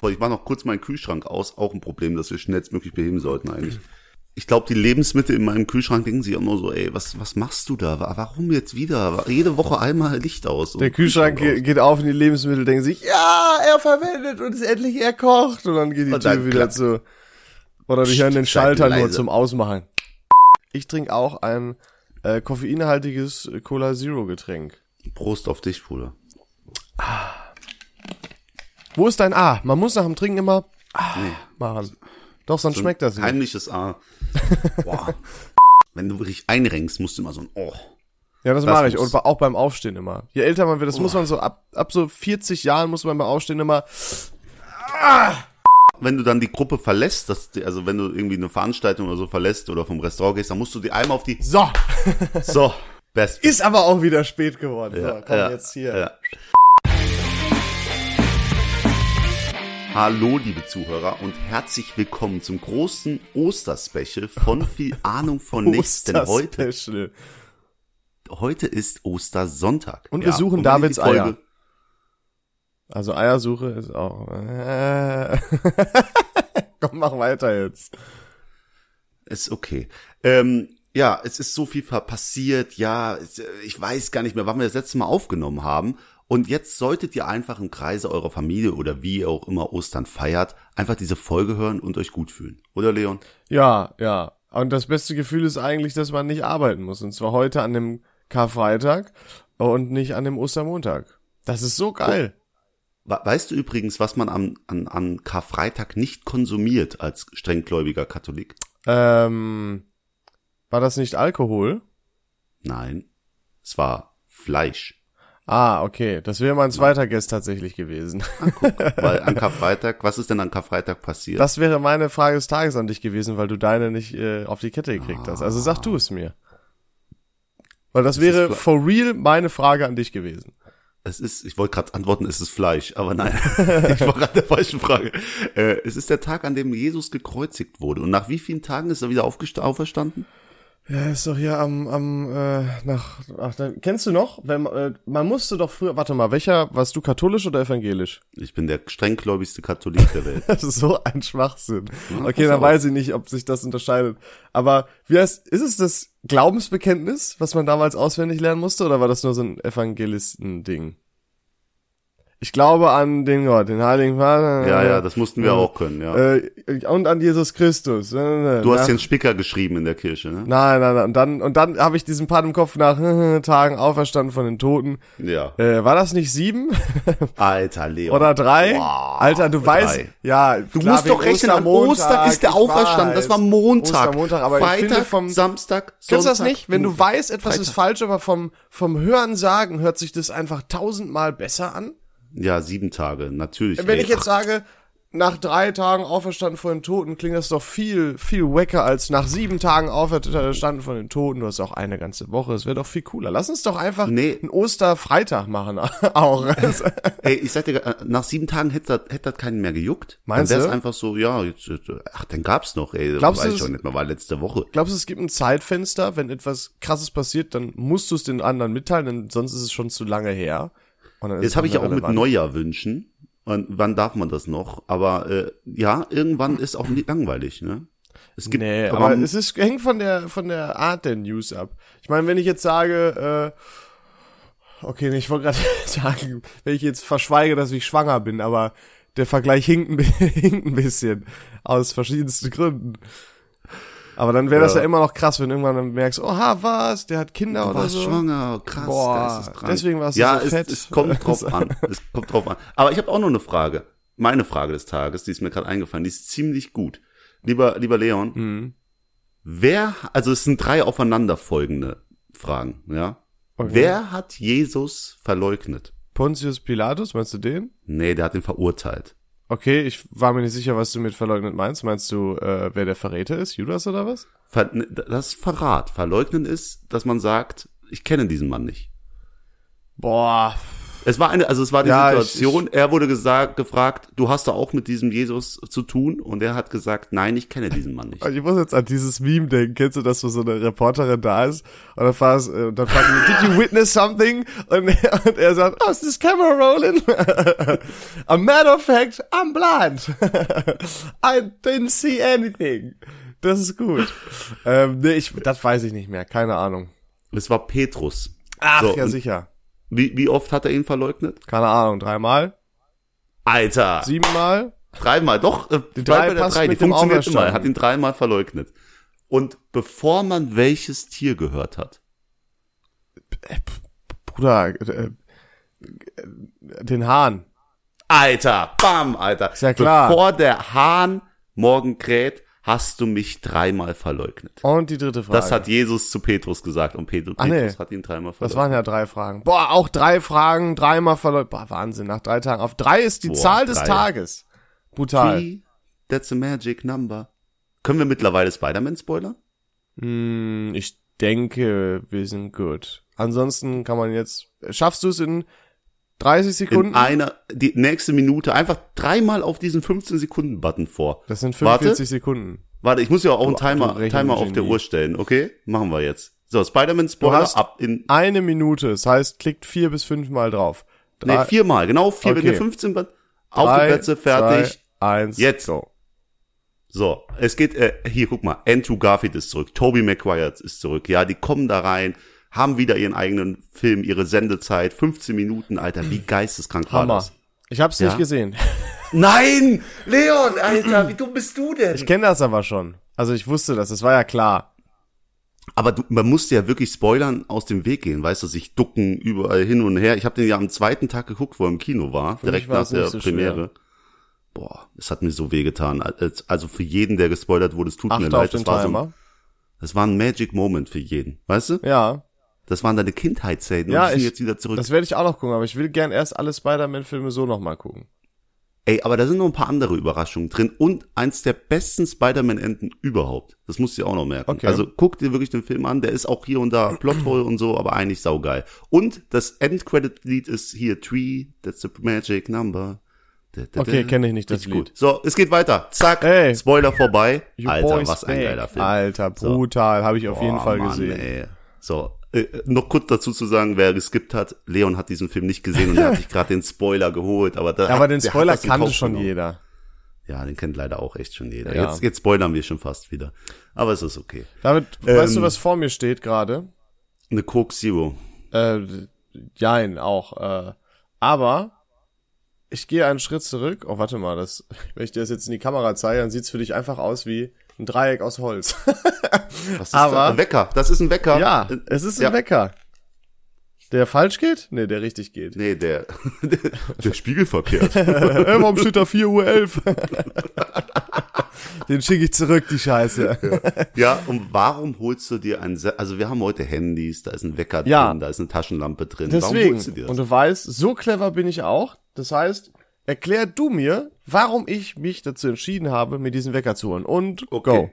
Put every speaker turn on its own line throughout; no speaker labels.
Aber ich mache noch kurz meinen Kühlschrank aus. Auch ein Problem, das wir schnellstmöglich beheben sollten eigentlich. Ich glaube, die Lebensmittel in meinem Kühlschrank denken sich auch nur so, ey, was, was machst du da? Wa- Warum jetzt wieder? Wa- Jede Woche einmal Licht aus. und
Der Kühlschrank
aus.
ge- geht auf und die Lebensmittel denken sich, ja, er verwendet und ist endlich erkocht. Und dann geht die
Und dann
Tür wieder
klack.
zu. Oder wir hören den
Seid
Schalter nur
leise.
zum Ausmachen. Ich trinke auch ein äh, koffeinhaltiges Cola Zero Getränk.
Prost auf dich, Bruder.
Wo ist dein A? Man muss nach dem Trinken immer machen. Doch, sonst schmeckt das nicht.
Heimliches A. Boah. Wenn du dich einrenkst, musst du immer so ein Oh.
Ja, das,
Das
mache ich.
muss. Oh.
Und bei- auch beim Aufstehen immer. Je älter man wird, das muss man so ab, ab so 40 Jahren muss man beim Aufstehen immer.
Wenn du dann die Gruppe verlässt, dass die, also wenn du irgendwie eine Veranstaltung oder so verlässt oder vom Restaurant gehst, dann musst du dir einmal auf die
So,
So, best.
ist aber auch wieder spät geworden. so, komm
ja,
jetzt hier.
ja. Hallo, liebe Zuhörer und herzlich willkommen zum großen Osterspecial von viel Ahnung von nichts, denn heute,
Osterspecial.
heute ist Ostersonntag.
Und wir suchen
wenn ihr
Davids
die Folge-
Eier. Also Eiersuche ist auch. Äh. Komm, mach weiter jetzt.
Ist okay. Ähm, ja, es ist so viel ver- passiert. Ja, es, äh, ich weiß gar nicht mehr, wann wir das letzte Mal aufgenommen haben. Und jetzt solltet ihr einfach im Kreise eurer Familie oder wie ihr auch immer Ostern feiert, einfach diese Folge hören und euch gut fühlen. Oder Leon?
Ja, ja. Und das beste Gefühl ist eigentlich, dass man nicht arbeiten muss. Und zwar heute an dem Karfreitag und nicht an dem Ostermontag. Das ist so geil.
We- Weißt du übrigens, was man an, an, an Karfreitag nicht konsumiert als strenggläubiger Katholik?
Ähm, war das nicht Alkohol?
Nein, es war Fleisch.
Ah, okay. Das wäre mein zweiter Guest tatsächlich gewesen.
Weil an Karfreitag, was ist denn an Karfreitag passiert?
Das wäre meine Frage des Tages an dich gewesen, weil du deine nicht äh, auf die Kette gekriegt hast. Also sag du es mir. Weil das, wäre
ist
for real meine Frage an dich gewesen.
Es ist, ich wollte gerade antworten, es ist Fleisch, aber nein, ich war gerade der falschen Frage. Äh, es ist der Tag, an dem Jesus gekreuzigt wurde. Und nach wie vielen Tagen ist er wieder aufgesta- auferstanden?
Ja, ist doch hier am, am äh, nach, ach, dann, kennst du noch? Wenn, äh, man musste doch früher, warte mal, welcher, warst du katholisch oder evangelisch?
Ich bin der strenggläubigste Katholik der Welt.
Das ist so ein Schwachsinn. okay,
pass
dann
auf.
weiß ich nicht, ob sich das unterscheidet. Aber wie heißt, ist es das Glaubensbekenntnis, was man damals auswendig lernen musste, oder war das nur so ein Evangelisten-Ding? Ich glaube an den Gott, den Heiligen Vater.
Ja, ja, das mussten wir auch können, ja.
Äh, und an Jesus Christus. Du
Du hast den Spicker geschrieben in der Kirche, ne?
Nein, nein, nein. Und dann, und dann habe ich diesen Part im Kopf nach Tagen auferstanden von den Toten.
Ja.
Äh, war das nicht sieben
Alter, Leon.
oder drei?
Wow,
Alter, du
drei.
weißt, ja,
Du musst doch rechnen, an Ostern ist der Auferstand. Das war Montag.
Montag, aber ich
Freitag,
finde vom,
Samstag, Sonntag.
Kennst du das nicht? Wenn du
Montag.
weißt, etwas ist falsch, aber vom, vom Hören sagen hört sich das einfach tausendmal besser an.
Ja, sieben Tage, natürlich.
Wenn
ey.
ich jetzt sage, nach drei Tagen auferstanden von den Toten, klingt das doch viel, viel wacker als nach sieben Tagen auferstanden von den Toten. Du hast auch eine ganze Woche. Es wäre doch viel cooler. Lass uns doch einfach
Nee.
einen Osterfreitag machen. auch.
Ey, ich sag dir, äh, nach sieben Tagen hätte das, hätte das keinen mehr gejuckt.
Meinst
dann wär's
du?
einfach so, ja, jetzt, jetzt, ach, dann gab's noch, ey.
Glaubst
weiß
du,
ich
es-
schon nicht mehr, war letzte Woche.
Glaubst du, es gibt ein Zeitfenster, wenn etwas krasses passiert, dann musst du es den anderen mitteilen, denn sonst ist es schon zu lange her. Und dann ist es
Jetzt habe ich ja auch mit
irrelevant.
Neujahr wünschen. Und wann darf man das noch? Aber äh, ja, irgendwann ist auch nicht langweilig, ne? Es gibt,
Nee, aber, es ist, hängt von der, von der Art der News ab. Ich meine, wenn ich jetzt sage, äh, okay, nee, ich wollte gerade sagen, wenn ich jetzt verschweige, dass ich schwanger bin, aber der Vergleich hinkt ein, bi- hinkt ein bisschen. Aus verschiedensten Gründen. Aber dann wäre das ja immer noch krass, wenn irgendwann dann merkst, oha, was, der hat Kinder
Du
oder
warst
so.
schwanger, Oh, krass,
Boah,
da ist es krank.
deswegen warst du
ja,
so
es,
fett.
es kommt drauf an. Es kommt drauf an. Aber ich habe auch noch eine Frage. Meine Frage des Tages, die ist mir gerade eingefallen, die ist ziemlich gut. Lieber, lieber Leon,
Mhm.
wer, also es sind drei aufeinanderfolgende Fragen, ja. Wer hat Jesus verleugnet?
Pontius Pilatus, meinst du den?
Nee, der hat ihn verurteilt.
Okay, ich war mir nicht sicher, was du mit verleugnet meinst. Meinst du, äh, wer der Verräter ist? Judas oder was?
Ver, ne, das ist Verrat. Verleugnen ist, dass man sagt, ich kenne diesen Mann nicht.
Boah,
Es war eine, also es war die
Ja, ich-
Situation, er wurde gesagt, gefragt, du hast da auch mit diesem Jesus zu tun? Und er hat gesagt, nein, ich kenne diesen Mann nicht.
Also Ich muss jetzt an dieses Meme denken. Kennst du das, wo so eine Reporterin da ist? Und dann fragt, äh, dann fragt sie, did you witness something? Und, er- und er sagt, oh, is this camera rolling? A matter of fact, I'm blind. I didn't see anything. Das ist gut. ähm, nee, ich, das weiß ich nicht mehr. Keine Ahnung.
Es war Petrus.
Ach,
So,
ja,
und-
sicher.
Wie, wie oft hat er ihn verleugnet?
Keine Ahnung. Dreimal?
Alter!
Siebenmal?
Dreimal, doch, äh, die drei, bei der
passt
drei, die
mit dem
funktioniert
Auferstanden.
immer, hat ihn dreimal verleugnet. Und bevor man welches Tier gehört hat,
Bruder, äh, äh, den Hahn.
Alter, bam, Alter,
Ist ja klar.
bevor der Hahn morgen kräht, hast du mich dreimal verleugnet.
Und die dritte Frage.
Das hat Jesus zu Petrus gesagt und Petrus,
nee.
Petrus hat ihn dreimal
Das
verleugnet.
waren ja drei Fragen. Boah, auch drei Fragen, dreimal verläuft. Boah, Wahnsinn, nach drei Tagen. Auf drei ist die
Boah,
Zahl des
drei.
Tages. Brutal.
Three, that's a magic number. Können wir mittlerweile Spider-Man spoilern?
Hm, ich denke, wir sind gut. Ansonsten kann man jetzt. Schaffst du es in 30
In
Sekunden?
einer, die nächste Minute einfach dreimal auf diesen 15-Sekunden-Button vor.
das sind
Warte.
45 Sekunden.
Warte, ich muss ja auch einen Timer,
du Rechnen-
Timer auf der
Genie.
Uhr stellen, okay? Machen wir jetzt. So, Spider-Man Spoiler
Du hast-
ab in
Eine Minute. Das heißt, klickt vier bis fünfmal drauf. Drei,
nee, viermal, genau vier, wenn
Okay.
wir 15 waren. Auf
drei,
die Plätze, fertig.
Zwei, eins.
Jetzt.
Go.
So, es geht, äh, hier, guck mal, Andrew Garfield ist zurück, Tobey Maguire ist zurück, ja, die kommen da rein, haben wieder ihren eigenen Film, ihre Sendezeit, 15 Minuten, Alter, wie geisteskrank war
Hammer.
das?
Ich hab's
Ja?
nicht gesehen.
Nein! Leon, Alter, wie dumm bist du denn?
Ich kenne das aber schon. Also ich wusste das. Das war ja klar.
Aber du, man musste ja wirklich Spoilern aus dem Weg gehen, weißt du, sich ducken überall hin und her. Ich habe den ja am zweiten Tag geguckt, wo er im Kino war, direkt
war
nach
es nicht
der
so
Premiere.
schwer.
Boah, es hat mir so wehgetan. Als- Also für jeden, der gespoilert wurde, es tut mir
Achte auf
leid.
den
Das war, so
Timer.
ein, das war ein Magic Moment für jeden, weißt du?
ja.
Das waren deine Kindheitshelden
Ja,
und die sind
ich-
jetzt wieder zurück.
Das werde ich auch noch gucken, aber ich will gern erst alle Spider-Man-Filme so nochmal gucken.
Ey, aber da sind noch ein paar andere Überraschungen drin und eins der besten Spider-Man-Enden überhaupt. Das musst du dir auch noch merken.
Okay.
Also guck dir wirklich den Film an, der ist auch hier und da Plothole und so, aber eigentlich saugeil. Und das End-Credit-Lied ist hier Tree, that's the magic number. Da, da,
Okay,
da.
kenne ich nicht das
Richtig
Lied.
Gut. So, es geht weiter. Zack,
Ey.
Spoiler vorbei.
You
Alter,
Boys
was ein
Back.
geiler Film.
Alter, brutal, habe ich auf jeden
Oh,
Fall
Mann,
gesehen.
Ey. So, äh, noch kurz dazu zu sagen, wer geskippt hat, Leon hat diesen Film nicht gesehen und er hat sich gerade den Spoiler geholt, aber da
Ja, aber den
der hat
Spoiler
das in
kannte
Kauf
schon
genommen.
jeder.
Ja, den kennt leider auch echt schon jeder.
Ja.
Jetzt, jetzt spoilern wir schon fast wieder. Aber es ist okay.
David, weißt du,
Ähm.
was vor mir steht gerade?
Eine Coke Zero.
Äh, jein, auch. Äh, aber ich gehe einen Schritt zurück. Oh, warte mal, das, wenn ich dir das jetzt in die Kamera zeige, dann sieht's für dich einfach aus wie ein Dreieck aus Holz.
Was ist
Aber-
da? Ein Wecker. Das ist ein Wecker.
ja,
Äh,
es ist ein
ja.
Wecker. Der falsch geht? Nee, der richtig geht.
Nee, der, der, der Spiegel verkehrt.
äh, warum steht da 4.11 Uhr? Den schicke ich zurück, die Scheiße.
ja, und warum holst du dir ein, Se- also wir haben heute Handys, da ist ein Wecker
Ja.
drin, da ist eine Taschenlampe drin. Warum holst du
Deswegen.
dir
Und
das?
du weißt, so clever bin ich auch. Das heißt, erklär du mir, warum ich mich dazu entschieden habe, mir diesen Wecker zu holen. Und go.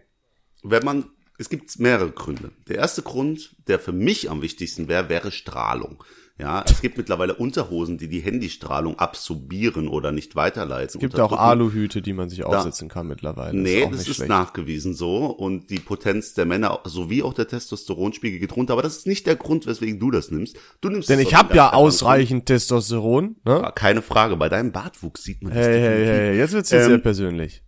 Wenn man, es gibt mehrere Gründe. Der erste Grund, der für mich am wichtigsten wäre, wäre Strahlung. Ja, es gibt mittlerweile Unterhosen, die die Handystrahlung absorbieren oder nicht weiterleiten. Es
Gibt auch Aluhüte, die man sich aufsetzen kann mittlerweile.
Nee,
auch
das
nicht
ist
schlecht.
nachgewiesen so. Und die Potenz der Männer sowie auch der Testosteronspiegel geht runter. Aber das ist nicht der Grund, weswegen du das nimmst. Du nimmst
Denn
es
ich
aus
habe
einem
ja
ganz anderen
ausreichend Testosteron. Ne?
Grund. Keine Frage, bei deinem Bartwuchs sieht man das
Hey, hey,
definitiv.
hey, jetzt wird's hier
Ähm,
sehr persönlich.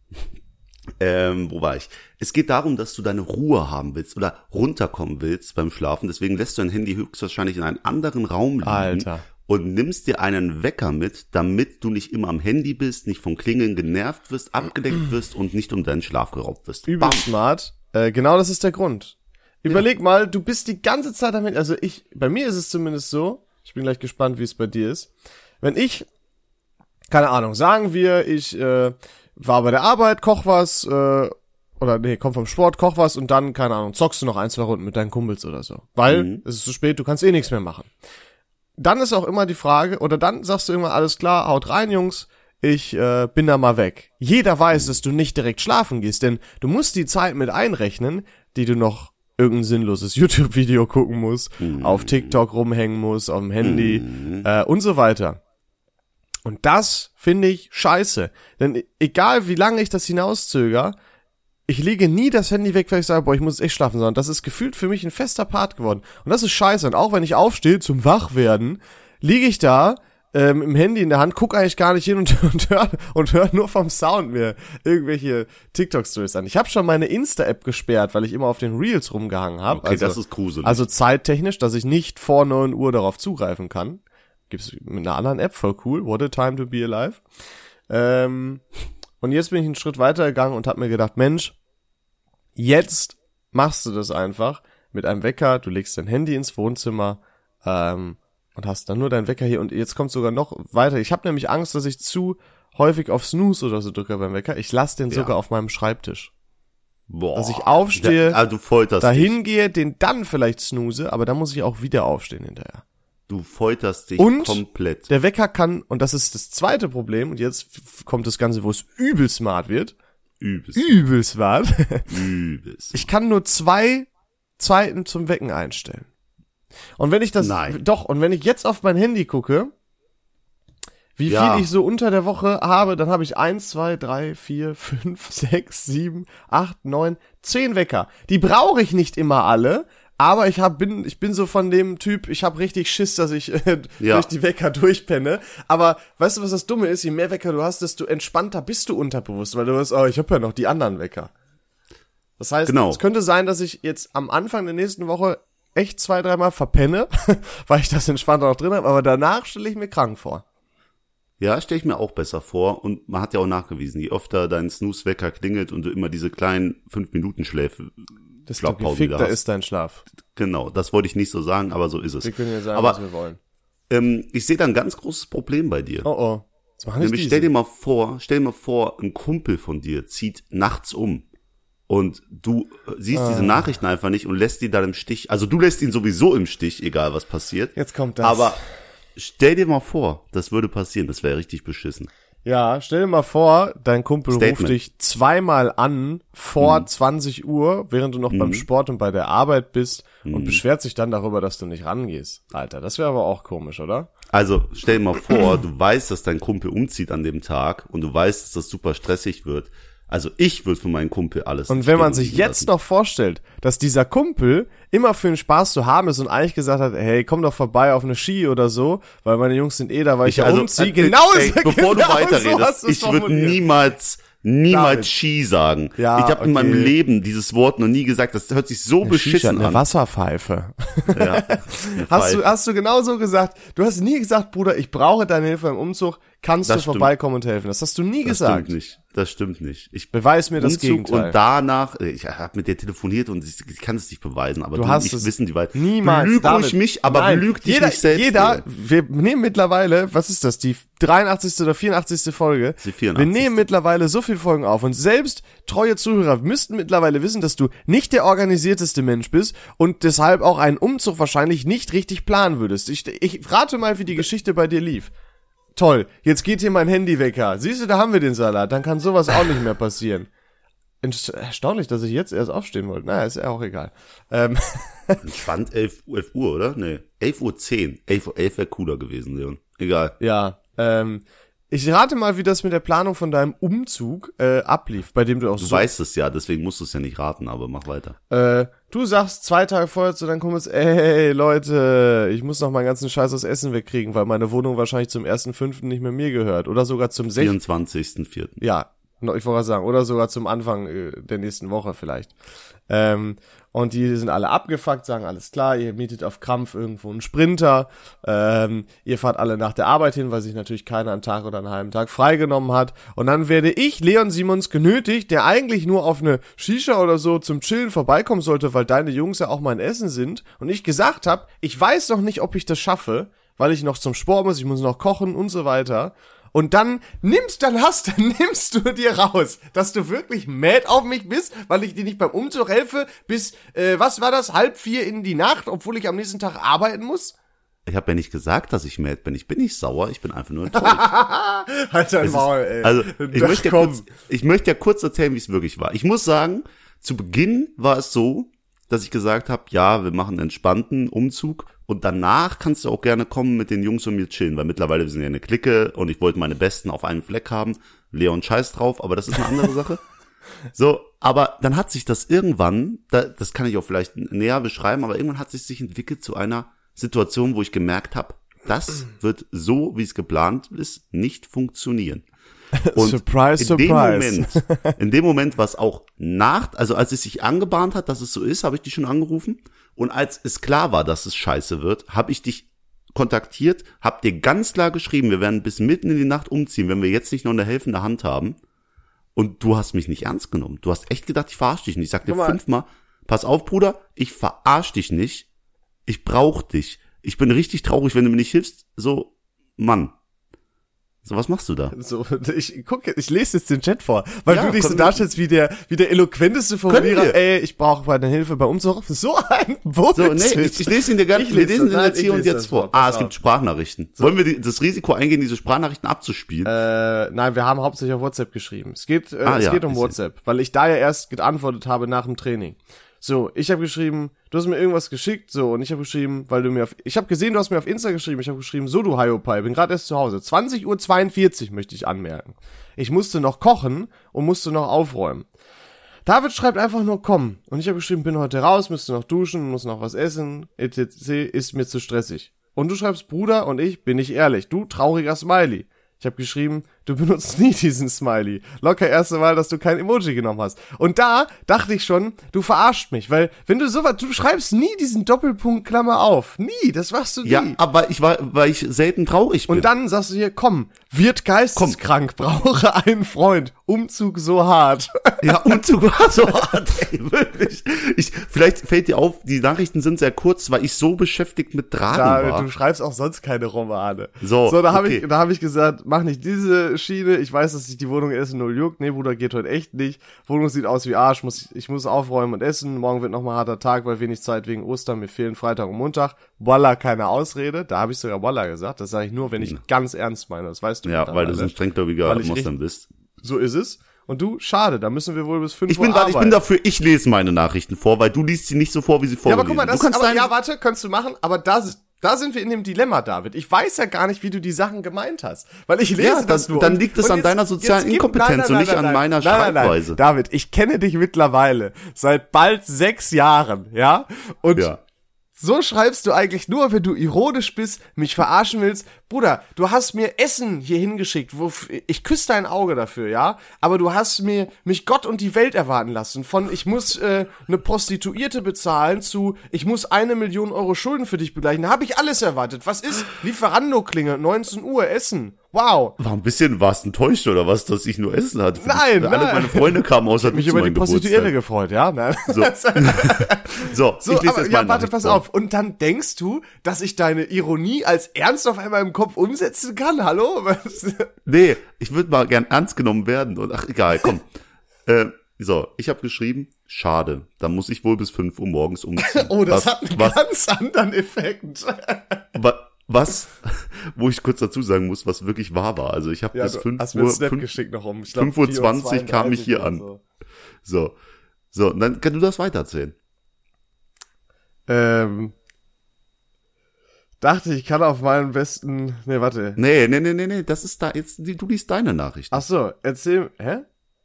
Ähm, wo war ich? Es geht darum, dass du deine Ruhe haben willst oder runterkommen willst beim Schlafen. Deswegen lässt du dein Handy höchstwahrscheinlich in einem anderen Raum liegen.
Alter.
Und nimmst dir einen Wecker mit, damit du nicht immer am Handy bist, nicht vom Klingeln genervt wirst, abgelenkt wirst und nicht um deinen Schlaf geraubt wirst.
Übel smart. Äh, genau das ist der Grund. Überleg mal, du bist die ganze Zeit damit, also ich, bei mir ist es zumindest so, ich bin gleich gespannt, wie es bei dir ist. Wenn ich, keine Ahnung, sagen wir, ich äh, war bei der Arbeit, koch was, äh, oder nee, komm vom Sport, koch was und dann, keine Ahnung, zockst du noch ein, zwei Runden mit deinen Kumpels oder so. Weil es ist zu spät, du kannst eh nichts mehr machen dann ist auch immer die Frage, oder dann sagst du immer, alles klar, haut rein, Jungs, ich äh, bin da mal weg. Jeder weiß, dass du nicht direkt schlafen gehst, denn du musst die Zeit mit einrechnen, die du noch irgendein sinnloses YouTube-Video gucken musst, auf TikTok rumhängen musst, auf dem Handy äh, und so weiter. Und das finde ich scheiße. Denn e- egal wie lange ich das hinauszöger, ich lege nie das Handy weg, weil ich sage, boah, ich muss echt schlafen, sondern das ist gefühlt für mich ein fester Part geworden. Und das ist scheiße. Und auch wenn ich aufstehe zum Wachwerden, liege ich da ähm, im Handy in der Hand, guck eigentlich gar nicht hin und, und höre und hör nur vom Sound mir irgendwelche TikTok-Stories an. Ich habe schon meine Insta-App gesperrt, weil ich immer auf den Reels rumgehangen habe.
Okay, das ist gruselig.
Also zeittechnisch, dass ich nicht vor 9 Uhr darauf zugreifen kann. Gibt's mit einer anderen App, voll cool. What a time to be alive. Ähm, und jetzt bin ich einen Schritt weiter gegangen und habe mir gedacht, Mensch, jetzt machst du das einfach mit einem Wecker, du legst dein Handy ins Wohnzimmer ähm, und hast dann nur deinen Wecker hier. Und jetzt kommt sogar noch weiter. Ich habe nämlich Angst, dass ich zu häufig auf Snooze oder so drücke beim Wecker. Ich lasse den sogar auf meinem Schreibtisch.
Boah.
Dass ich aufstehe,
Da, ah, du folterst dich.
dahin gehe, den dann vielleicht snooze, aber dann muss ich auch wieder aufstehen hinterher.
Du folterst dich
Und
komplett.
Der Wecker kann, und das ist das zweite Problem, und jetzt f- kommt das Ganze, wo es übel smart wird.
Übelst.
Übel smart.
Übelst.
Ich kann nur zwei Zeiten zum Wecken einstellen. Und wenn ich das,
Nein.
doch, und wenn ich jetzt auf mein Handy gucke, wie
Ja.
viel ich so unter der Woche habe, dann habe ich eins, zwei, drei, vier, fünf, sechs, sieben, acht, neun, zehn Wecker. Die brauche ich nicht immer alle, aber ich hab, bin, ich bin so von dem Typ, ich habe richtig Schiss, dass ich äh,
Ja.
durch die Wecker durchpenne. Aber weißt du, was das Dumme ist? Je mehr Wecker du hast, desto entspannter bist du unterbewusst, weil du weißt, oh, ich habe ja noch die anderen Wecker. Das heißt,
Genau.
es könnte sein, dass ich jetzt am Anfang der nächsten Woche echt zwei, dreimal verpenne, weil ich das entspannter noch drin habe, aber danach stelle ich mir krank vor.
Ja, stelle ich mir auch besser vor. Und man hat ja auch nachgewiesen, je öfter dein Snooze-Wecker klingelt und du immer diese kleinen 5-Minuten-Schläfe.
Desto
Schlafpausen, die du
gefickter
hast.
ist dein Schlaf.
Genau, das wollte ich nicht so sagen, aber so ist es.
Wir können ja sagen, was
aber
wir wollen.
ähm, ich sehe da ein ganz großes Problem bei dir.
Oh oh. Jetzt machen
Nämlich stell dir mal vor, stell dir mal vor, ein Kumpel von dir zieht nachts um und du äh, siehst
Ah.
diese Nachrichten einfach nicht und lässt ihn dann im Stich. Also du lässt ihn sowieso im Stich, egal was passiert.
Jetzt kommt das.
Aber stell dir mal vor, das würde passieren, das wäre richtig beschissen.
Ja, stell dir mal vor, dein Kumpel ruft
Statement. Mhm.
dich zweimal an vor 20 Uhr, während du noch beim Sport und bei der Arbeit bist
Mhm.
und beschwert sich dann darüber, dass du nicht rangehst. Alter, das wäre aber auch komisch, oder?
Also stell dir mal vor, du weißt, dass dein Kumpel umzieht an dem Tag und du weißt, dass das super stressig wird. Also ich würde für meinen Kumpel alles.
Und wenn man
stehen
sich
liegen
jetzt noch vorstellt, dass dieser Kumpel immer für den Spaß zu haben ist und eigentlich gesagt hat, hey, komm doch vorbei auf eine Ski oder so, weil meine Jungs sind eh da, weil ich, ja
also,
umziehe.
äh,
Genau
ey,
so-
bevor
genau
du
so
weiterredest,
hast du's
ich würde
formuliert.
niemals, niemals
David.
Ski sagen.
Ja,
ich habe in meinem
okay.
Leben dieses Wort noch nie gesagt. Das hört sich so
Shisha,
beschissen
eine
an.
Wasserpfeife.
Ja.
Hast du,
Pfeife.
hast du genau so gesagt. Du hast nie gesagt, Bruder, ich brauche deine Hilfe beim Umzug. Kannst
Das
du
stimmt.
vorbeikommen und helfen? Das hast du nie
das
gesagt.
stimmt nicht. Das stimmt nicht. Ich
Beweis mir das
Umzug
Gegenteil.
und danach, äh, ich habe mit dir telefoniert und ich, ich kann es nicht beweisen, aber du,
hast
ich
es
wissen die beiden.
Niemals.
Belüg
David.
ruhig mich, aber
Nein.
belüg dich
jeder,
nicht selbst. Äh,
Jeder,
Digga.
wir nehmen mittlerweile, was ist das, die 83. oder 84. Folge?
Die 84..
Wir nehmen mittlerweile so viele Folgen auf und selbst treue Zuhörer müssten mittlerweile wissen, dass du nicht der organisierteste Mensch bist und deshalb auch einen Umzug wahrscheinlich nicht richtig planen würdest. Ich, ich rate mal, wie die Geschichte bei dir lief. Toll, jetzt geht hier mein Handywecker. Siehst du, da haben wir den Salat. Dann kann sowas auch nicht mehr passieren. Ents- Erstaunlich, dass ich jetzt erst aufstehen wollte. Naja, ist ja auch egal. Ähm,
Ich fand 11, Uhr- 11 Uhr, oder? Nee. 11 Uhr 10. 11 Uhr 11 wäre cooler gewesen, Leon. Egal.
Ja, ähm, ich rate mal, wie das mit der Planung von deinem Umzug äh, ablief, bei dem du auch
Du
so.
weißt es ja, deswegen musst du es ja nicht raten, aber mach weiter.
Äh, du sagst zwei Tage vorher zu deinen Kumpels, ey Leute, ich muss noch meinen ganzen Scheiß aus Essen wegkriegen, weil meine Wohnung wahrscheinlich zum 1.5. nicht mehr mir gehört. Oder sogar zum 6.
24.04.
Ja, noch- ich wollte gerade sagen, oder sogar zum Anfang äh, der nächsten Woche vielleicht. Ähm, und die sind alle abgefuckt, sagen alles klar, ihr mietet auf Krampf irgendwo einen Sprinter, ähm, ihr fahrt alle nach der Arbeit hin, weil sich natürlich keiner einen Tag oder einen halben Tag freigenommen hat. Und dann werde ich, Leon Simons, genötigt, der eigentlich nur auf eine Shisha oder so zum Chillen vorbeikommen sollte, weil deine Jungs ja auch mein Essen sind. Und ich gesagt habe, ich weiß noch nicht, ob ich das schaffe, weil ich noch zum Sport muss, ich muss noch kochen und so weiter. Und dann nimmst, dann hast, dann nimmst du dir raus, dass du wirklich mad auf mich bist, weil ich dir nicht beim Umzug helfe, bis, äh, was war das, halb vier in die Nacht, obwohl ich am nächsten Tag arbeiten muss?
Ich habe ja nicht gesagt, dass ich mad bin. Ich bin nicht sauer, ich bin einfach nur enttäuscht.
Halt dein Maul, ey.
Also, ich
Ach,
möchte, ja
komm.
kurz, ich möchte ja kurz erzählen, wie es wirklich war. Ich muss sagen, zu Beginn war es so, dass ich gesagt habe, ja, wir machen einen entspannten Umzug und danach kannst du auch gerne kommen mit den Jungs und mir chillen, weil mittlerweile wir sind ja eine Clique und ich wollte meine Besten auf einem Fleck haben. Leon scheiß drauf, aber das ist eine andere Sache. So, aber dann hat sich das irgendwann, da, das kann ich auch vielleicht näher beschreiben, aber irgendwann hat sich sich entwickelt zu einer Situation, wo ich gemerkt habe, das wird so, wie es geplant ist, nicht funktionieren. Und
Surprise,
in dem
surprise.
Moment, in dem Moment, was auch nach, also als es sich angebahnt hat, dass es so ist, habe ich dich schon angerufen. Und als es klar war, dass es scheiße wird, habe ich dich kontaktiert, habe dir ganz klar geschrieben, wir werden bis mitten in die Nacht umziehen, wenn wir jetzt nicht noch eine helfende Hand haben. Und du hast mich nicht ernst genommen. Du hast echt gedacht, ich verarsche dich nicht. Ich sag dir
Guck mal.
fünfmal, pass auf, Bruder, ich verarsche dich nicht. Ich brauch dich. Ich bin richtig traurig, wenn du mir nicht hilfst. So, Mann. So, was machst du da?
So, ich guck, jetzt- ich lese jetzt den Chat vor, weil
Ja,
du dich so
komm.
darstellst wie der, wie der eloquenteste
wir.
Formulierer. Ey, ich brauche meine Hilfe bei Umzug. So ein
So,
Bullshit.
nee, ich, ich lese ihn dir gar nicht.
Ich
Wir
lese
lesen
das,
ihn
nein,
jetzt
ich
hier und
lese
jetzt
das
vor.
vor,
Ah,
pass
es
auf.
gibt Sprachnachrichten. Wollen wir die, das Risiko eingehen, diese Sprachnachrichten abzuspielen?
Äh, nein, wir haben hauptsächlich auf WhatsApp geschrieben. Es geht, äh,
Ah,
es
ja,
geht um
ich seh.
WhatsApp, weil ich da ja erst geantwortet habe nach dem Training. So, ich habe geschrieben, du hast mir irgendwas geschickt, so, und ich habe geschrieben, weil du mir auf, ich habe gesehen, du hast mir auf Insta geschrieben, ich habe geschrieben, so du Hiopai, bin gerade erst zu Hause. 20.42 Uhr möchte ich anmerken. Ich musste noch kochen und musste noch aufräumen. David schreibt einfach nur komm. Und ich habe geschrieben, bin heute raus, müsste noch duschen, muss noch was essen, etc. ist mir zu stressig. Und du schreibst Bruder und ich bin nicht ehrlich. Du trauriger Smiley. Ich habe geschrieben, du benutzt nie diesen Smiley. Locker erste Mal, dass du kein Emoji genommen hast. Und da dachte ich schon, du verarscht mich, weil wenn du sowas, du schreibst nie diesen Doppelpunkt Klammer auf. Nie, das machst du nie.
ja, aber ich war, weil ich selten traurig bin.
Und dann sagst du hier, komm, wird geisteskrank, brauche einen Freund. Umzug so hart.
Ja, Umzug war so hart, ey, wirklich. Ich, vielleicht fällt dir auf, die Nachrichten sind sehr kurz, weil ich so beschäftigt mit Drachen
Da,
war.
du schreibst auch sonst keine Romane.
So,
so da habe
okay.
ich, da hab ich gesagt, mach nicht diese Schiene. Ich weiß, dass ich die Wohnung essen null juckt. Nee, Bruder, geht heute echt nicht. Wohnung sieht aus wie Arsch. Muss, ich muss aufräumen und essen. Morgen wird nochmal harter Tag, weil wenig Zeit wegen Ostern. Mir fehlen Freitag und Montag. Walla, keine Ausrede. Da habe ich sogar Walla gesagt. Das sage ich nur, wenn ich ganz ernst meine. Das weißt du.
ja, weil du
mittlerweile.
so ein strenggläubiger
Weil ich
Moslem bist.
So ist es. Und du, schade, da müssen wir wohl bis 5
Ich
Uhr
bin, warte, ich bin
arbeiten.
dafür, ich lese meine Nachrichten vor, weil du liest sie nicht so vor, wie sie
Ja,
vorgelesen
aber guck mal, das
du kannst
aber,
deine,
ja, warte, kannst du machen, aber da, da sind wir in dem Dilemma, David. Ich weiß ja gar nicht, wie du die Sachen gemeint hast, weil ich lese
Ja, dann-
das nur.
dann
und-
liegt es
und
an deiner sozialen
gib-
Inkompetenz und nicht an meiner Schreibweise.
David, ich kenne dich mittlerweile seit bald sechs Jahren, ja? Und
ja.
so schreibst du eigentlich nur, wenn du ironisch bist, mich verarschen willst. Bruder, du hast mir Essen hier hingeschickt. Wo ich küsse dein Auge dafür, ja? Aber du hast mir mich Gott und die Welt erwarten lassen. Von ich muss äh, eine Prostituierte bezahlen zu ich muss eine Million Euro Schulden für dich begleichen. Da habe ich alles erwartet. Was ist? Lieferando klingelt 19 Uhr Essen. Wow.
War ein bisschen, warst enttäuscht oder was, dass ich nur Essen hatte?
Nein,
Alle
nein.
meine Freunde kamen außer du
Mich
zu
über die
meinem
Prostituierte
Geburtstag.
gefreut, ja? Nein.
So,
So,
ich lese
aber,
jetzt
ja,
meine
warte,
Nachricht
pass
vor.
auf. Und dann denkst du, dass ich deine Ironie als Ernst auf einmal im Kopf umsetzen kann? Hallo? Was?
Nee, ich würde mal gern ernst genommen werden. Und ach, egal, komm. äh, so, ich habe geschrieben, schade, dann muss ich wohl bis 5 Uhr morgens umziehen.
Oh,
was,
das hat einen
was,
ganz anderen Effekt.
wa, was, wo ich kurz dazu sagen muss, was wirklich wahr war. Also ich habe bis 5 Uhr, 5,
geschickt noch um. Ich
5:20 kam ich hier an. so, so, und dann kannst du das weitererzählen.
Ähm, dachte, ich kann auf meinen besten... Nee, warte.
Nee, nee, nee, nee, nee, das ist da jetzt, du liest deine Nachricht.
Ach so, erzähl... Hä?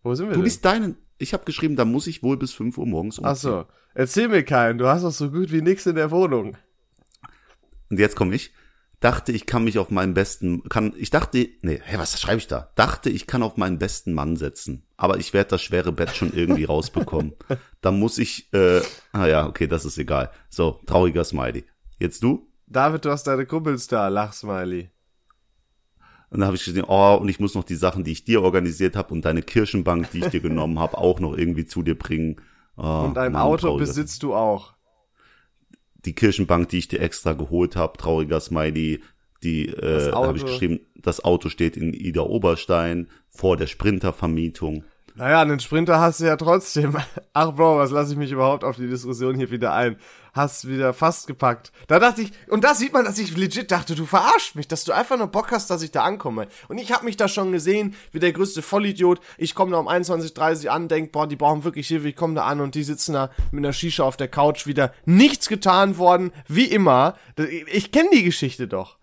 Wo sind wir
Du
denn?
liest deinen. Ich habe geschrieben, da muss ich wohl bis 5 Uhr morgens um.
Ach so. Erzähl mir keinen, du hast doch so gut wie nix in der Wohnung.
Und jetzt komme ich. Dachte, ich kann mich auf meinen besten, kann, ich dachte, nee, hä, was schreibe ich da? Dachte, ich kann auf meinen besten Mann setzen. Aber ich werde das schwere Bett schon irgendwie rausbekommen. Da muss ich, äh, ah ja, okay, das ist egal. So, trauriger Smiley. Jetzt du?
David, du hast deine Kumpels da, Lachsmiley.
Und dann habe ich gesehen, oh, und ich muss noch die Sachen, die ich dir organisiert habe und deine Kirschenbank, die ich dir genommen habe, auch noch irgendwie zu dir bringen. Oh,
Und ein
Mann,
Auto
trauriger-
besitzt du auch.
die Kirchenbank, die ich dir extra geholt habe, trauriger Smiley, die äh,
Auto.
habe ich geschrieben, das Auto steht in Ida Oberstein vor der Sprintervermietung.
Naja, einen Sprinter hast du ja trotzdem. Ach Bro, was lasse ich mich überhaupt auf die Diskussion hier wieder ein? Hast wieder fast gepackt. Da dachte ich, und da sieht man, dass ich legit dachte, du verarschst mich, dass du einfach nur Bock hast, dass ich da ankomme. Und ich habe mich da schon gesehen, wie der größte Vollidiot. Ich komme da um 21.30 an, denk, boah, die brauchen wirklich Hilfe, ich komme da an und die sitzen da mit einer Shisha auf der Couch wieder. Nichts getan worden, wie immer. Ich kenne die Geschichte doch.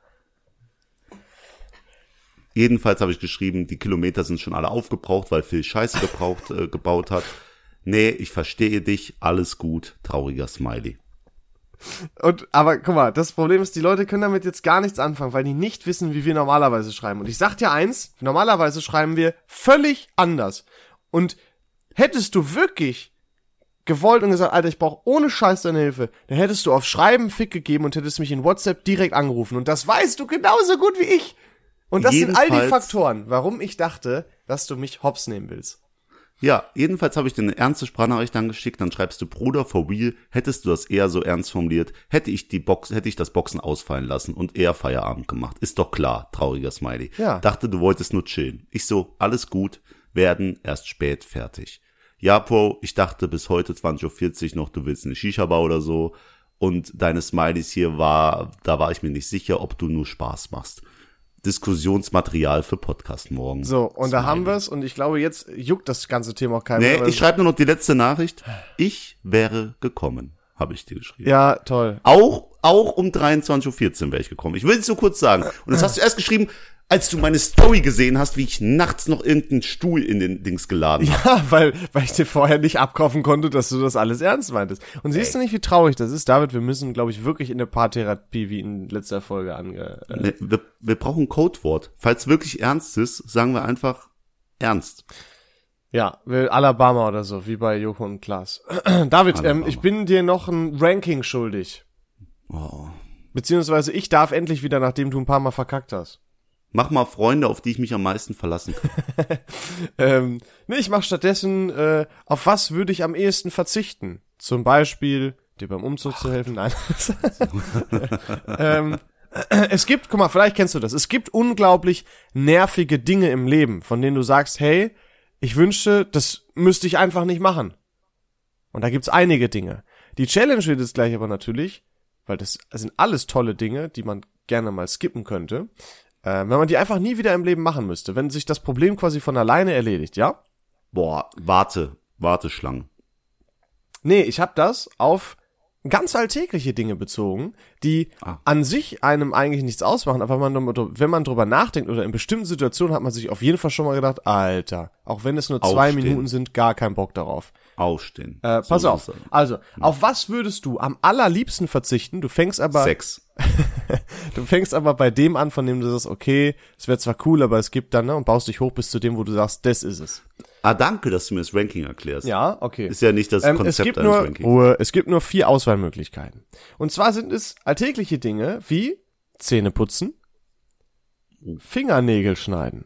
Jedenfalls habe ich geschrieben, die Kilometer sind schon alle aufgebraucht, weil Phil Scheiße gebraucht, äh, gebaut hat. Nee, ich verstehe dich, alles gut, trauriger Smiley.
Und, aber guck mal, das Problem ist, die Leute können damit jetzt gar nichts anfangen, weil die nicht wissen, wie wir normalerweise schreiben. Und ich sag dir eins, normalerweise schreiben wir völlig anders. Und hättest du wirklich gewollt und gesagt, Alter, ich brauche ohne Scheiß deine Hilfe, dann hättest du auf Schreiben Fick gegeben und hättest mich in WhatsApp direkt angerufen. Und das weißt du genauso gut wie ich. Und das
Jedenfalls-
sind all die Faktoren, warum ich dachte, dass du mich hops nehmen willst.
Ja, jedenfalls habe ich dir eine ernste Sprachnachricht angeschickt, dann schreibst du Bruder for real, hättest du das eher so ernst formuliert, hätte ich die Box, hätte ich das Boxen ausfallen lassen und eher Feierabend gemacht. Ist doch klar, trauriger Smiley.
Ja.
Dachte, du wolltest nur chillen. Ich so, alles gut, werden erst spät fertig. Ja, Bro, ich dachte bis heute 20.40 Uhr noch, du willst eine Shisha-Bar oder so. Und deine Smileys hier war, da war ich mir nicht sicher, ob du nur Spaß machst. Diskussionsmaterial für Podcast morgen.
So, und da haben wir's. Und ich glaube, jetzt juckt das ganze Thema auch keinen mehr,
Nee,
weil-
ich schreibe nur noch die letzte Nachricht. Ich wäre gekommen, habe ich dir geschrieben.
Ja, toll.
Auch, auch um 23.14 Uhr wäre ich gekommen. Ich will es nur kurz sagen. Und das hast du erst geschrieben, als du meine Story gesehen hast, wie ich nachts noch irgendeinen Stuhl in den Dings geladen habe.
Ja, weil, weil ich dir vorher nicht abkaufen konnte, dass du das alles ernst meintest. Und siehst du nicht, wie traurig das ist? David, wir müssen, glaube ich, wirklich in eine Paartherapie wie in letzter Folge ange... Äh,
Nee, Ne, wir, wir brauchen ein Codewort. Falls wirklich ernst ist, sagen wir einfach ernst.
ja, will Alabama oder so, wie bei Joko und Klaas. David, ähm,
Alabama.
ich bin dir noch ein Ranking schuldig.
Oh.
Beziehungsweise ich darf endlich wieder, nachdem du ein paar Mal verkackt hast.
Mach mal Freunde, auf die ich mich am meisten verlassen kann.
Ähm, nee, ich mache stattdessen, äh, auf was würde ich am ehesten verzichten? Zum Beispiel, dir beim Umzug zu helfen. Nein. ähm, es gibt, guck mal, vielleicht kennst du das. Es gibt unglaublich nervige Dinge im Leben, von denen du sagst, hey, ich wünschte, das müsste ich einfach nicht machen. Und da gibt's einige Dinge. Die Challenge wird jetzt gleich aber natürlich, weil das sind alles tolle Dinge, die man gerne mal skippen könnte, äh, wenn man die einfach nie wieder im Leben machen müsste, wenn sich das Problem quasi von alleine erledigt, ja?
Boah, warte, warte, Schlangen.
Nee, ich habe das auf ganz alltägliche Dinge bezogen, die
Ah.
an sich einem eigentlich nichts ausmachen, aber man, drum- wenn man drüber nachdenkt oder in bestimmten Situationen hat man sich auf jeden Fall schon mal gedacht, Alter, auch wenn es nur zwei
Aufstehen.
Minuten sind, gar kein Bock darauf.
Aufstehen.
Äh, pass
So
auf.
ist es.
Also, auf was würdest du am allerliebsten verzichten? Du fängst aber
Sex.
du fängst aber bei dem an, von dem du sagst, okay, es wäre zwar cool, aber es gibt dann, ne, und baust dich hoch bis zu dem, wo du sagst, das ist es.
Ah, danke, dass du mir das Ranking erklärst.
Ja, okay.
Ist ja nicht das
Ähm,
Konzept
es gibt
eines
nur,
Rankings.
Ruhe, es gibt nur vier Auswahlmöglichkeiten. Und zwar sind es alltägliche Dinge wie Zähne putzen,
Oh.
Fingernägel schneiden.